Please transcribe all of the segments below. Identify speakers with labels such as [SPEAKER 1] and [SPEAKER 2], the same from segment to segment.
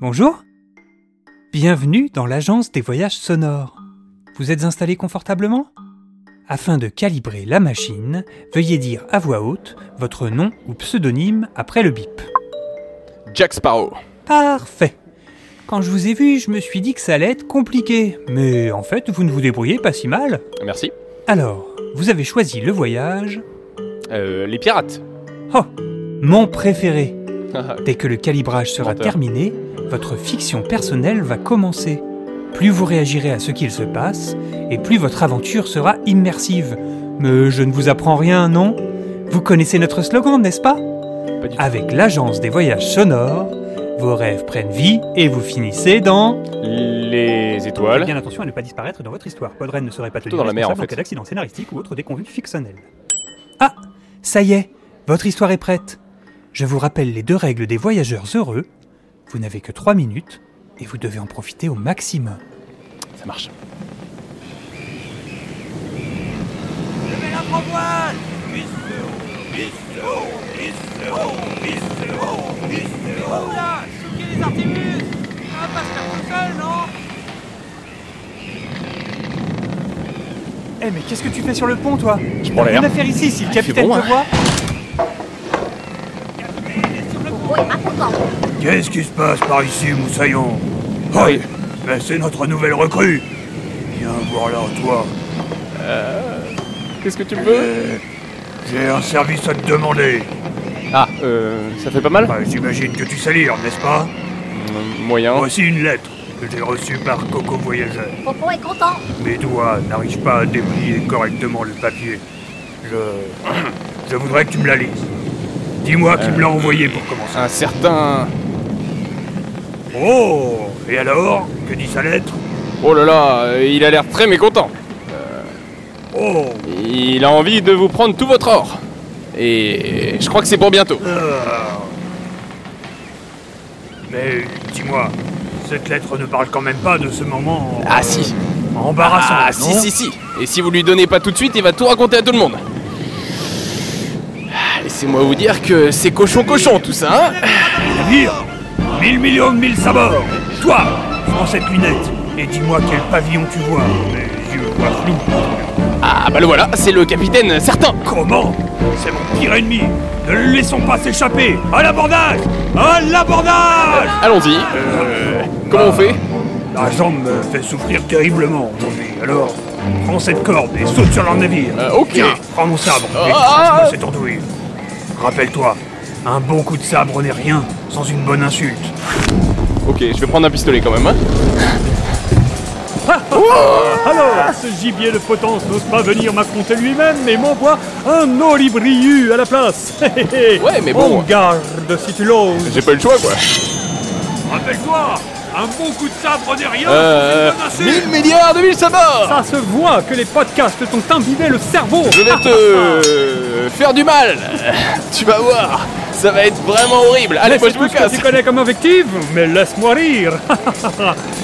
[SPEAKER 1] Bonjour Bienvenue dans l'agence des voyages sonores. Vous êtes installé confortablement Afin de calibrer la machine, veuillez dire à voix haute votre nom ou pseudonyme après le bip.
[SPEAKER 2] Jack Sparrow.
[SPEAKER 1] Parfait Quand je vous ai vu, je me suis dit que ça allait être compliqué, mais en fait, vous ne vous débrouillez pas si mal.
[SPEAKER 2] Merci.
[SPEAKER 1] Alors, vous avez choisi le voyage, Oh,
[SPEAKER 2] Euh, les pirates.
[SPEAKER 1] mon préféré. Dès que le calibrage sera
[SPEAKER 2] Menteur.
[SPEAKER 1] terminé, votre fiction personnelle va commencer. Plus vous réagirez à ce qu'il se passe, et plus votre aventure sera immersive. Mais je ne vous apprends rien, non Vous connaissez notre slogan, n'est-ce pas
[SPEAKER 2] Pas du tout.
[SPEAKER 1] Avec l'agence des voyages sonores, vos rêves prennent vie et vous finissez dans...
[SPEAKER 2] Les
[SPEAKER 1] Faites
[SPEAKER 2] étoiles.
[SPEAKER 1] Eh Bien attention à ne pas disparaître dans votre histoire. Podren ne serait pas tenu
[SPEAKER 2] Plutôt dans la mer,
[SPEAKER 1] responsable en
[SPEAKER 2] en fait.
[SPEAKER 1] cas d'accident scénaristique ou autre déconvenue fictionnelle. Ah, ça y est, votre histoire est prête. Je vous rappelle les deux règles des voyageurs heureux. Vous n'avez que trois minutes et vous devez en profiter au maximum.
[SPEAKER 2] Ça marche.
[SPEAKER 3] Oula, choquer les artémus On va pas se faire tout seul, non
[SPEAKER 1] Eh mais qu'est-ce que tu fais sur le pont, toi Je
[SPEAKER 2] prends l'air.
[SPEAKER 1] Rien à faire ici si le
[SPEAKER 2] il fait
[SPEAKER 1] capitaine
[SPEAKER 2] bon,
[SPEAKER 1] te
[SPEAKER 2] hein.
[SPEAKER 1] voit.
[SPEAKER 4] Qu'est-ce qui se passe par ici, Moussaillon
[SPEAKER 2] Ah Oui.
[SPEAKER 4] Mais c'est notre nouvelle recrue Viens voir là, toi.
[SPEAKER 2] Euh,
[SPEAKER 4] Euh,
[SPEAKER 2] Qu'est-ce que tu veux
[SPEAKER 4] J'ai un service à te demander.
[SPEAKER 2] Ah, euh, ça fait pas mal
[SPEAKER 4] Bah, J'imagine que tu sais lire, n'est-ce pas
[SPEAKER 2] Mm, Moyen.
[SPEAKER 4] Voici une lettre que j'ai reçue par Coco Voyageur.
[SPEAKER 5] Pompon est content.
[SPEAKER 4] Mes doigts n'arrivent pas à déplier correctement le papier. Je... Je voudrais que tu me la lises. Dis-moi qui me l'a envoyé pour commencer.
[SPEAKER 2] Un certain.
[SPEAKER 4] Oh Et alors Que dit sa lettre
[SPEAKER 2] Oh là là, euh, il a l'air très mécontent.
[SPEAKER 4] Oh
[SPEAKER 2] Il a envie de vous prendre tout votre or. Et je crois que c'est pour bientôt.
[SPEAKER 4] Ah. Mais dis-moi, cette lettre ne parle quand même pas de ce moment.
[SPEAKER 2] Ah
[SPEAKER 4] euh,
[SPEAKER 2] si.
[SPEAKER 4] Embarrassant.
[SPEAKER 2] Ah
[SPEAKER 4] non
[SPEAKER 2] si si si. Et si vous lui donnez pas tout de suite, il va tout raconter à tout le monde. Ah, Laissez-moi vous dire que c'est cochon cochon tout ça. hein
[SPEAKER 4] Navire Mille millions de mille sabords Toi Prends cette lunette et dis-moi quel pavillon tu vois. Mes yeux voient flou.
[SPEAKER 2] ah bah le voilà, c'est le capitaine certain.
[SPEAKER 4] Comment C'est mon pire ennemi Ne le laissons pas s'échapper À l'abordage À l'abordage
[SPEAKER 2] Allons-y.
[SPEAKER 4] Euh,
[SPEAKER 2] Comment on fait
[SPEAKER 4] La jambe me fait souffrir terriblement aujourd'hui. Alors, prends cette corde et saute sur leur navire.
[SPEAKER 2] Euh, ok.
[SPEAKER 4] Tiens, prends mon sabre et
[SPEAKER 2] Ah
[SPEAKER 4] moi cette andouille. Rappelle-toi, un bon coup de sabre n'est rien sans une bonne insulte.
[SPEAKER 2] Ok, je vais prendre un pistolet quand même. Hein.
[SPEAKER 6] Alors, ce gibier de potence n'ose pas venir m'affronter lui-même, mais m'envoie un olibriu à la place. Hé, hé, hé.
[SPEAKER 2] Ouais, mais bon.
[SPEAKER 6] On garde si tu l'oses.
[SPEAKER 2] J'ai pas eu le choix quoi.
[SPEAKER 4] Rappelle-toi, un bon coup de sabre n'est rien
[SPEAKER 2] Euh. 1000 milliards de mille sabords
[SPEAKER 6] Ça se voit que les podcasts t'ont imbibé le cerveau.
[SPEAKER 2] Je vais te faire du mal. Tu vas voir. Ça va être vraiment horrible. Allez,
[SPEAKER 6] Allez,
[SPEAKER 2] moi
[SPEAKER 6] c'est
[SPEAKER 2] je
[SPEAKER 6] tout
[SPEAKER 2] me
[SPEAKER 6] ce que
[SPEAKER 2] casse.
[SPEAKER 6] tu connais comme invective, mais laisse-moi rire.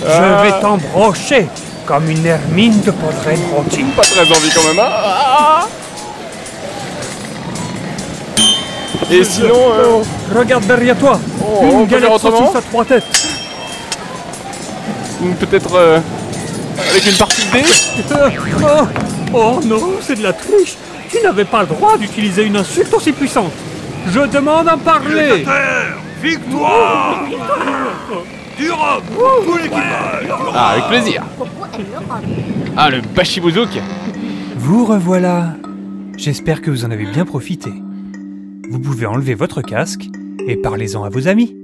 [SPEAKER 1] Je vais t'embrocher comme une hermine de poitrine
[SPEAKER 2] Oh,
[SPEAKER 1] rôtie.
[SPEAKER 2] Pas très envie quand même. hein. Ah. Et sinon, euh,
[SPEAKER 6] Regarde derrière toi.
[SPEAKER 2] Oh, on
[SPEAKER 6] Une
[SPEAKER 2] peut faire
[SPEAKER 6] galette
[SPEAKER 2] autrement
[SPEAKER 6] saucisse à trois têtes.
[SPEAKER 2] peut-être euh, avec une partie de dés
[SPEAKER 6] Euh, oh. Oh non, c'est de la triche. Tu n'avais pas le droit d'utiliser une insulte aussi puissante. Je demande à parler.
[SPEAKER 4] Victoire Durable Tout l'équipage
[SPEAKER 2] Ah, avec plaisir.
[SPEAKER 5] Pompon aime l'Europe.
[SPEAKER 2] Ah, le bachibouzouk.
[SPEAKER 1] Vous revoilà J'espère que vous en avez bien profité. Vous pouvez enlever votre casque et parlez-en à vos amis.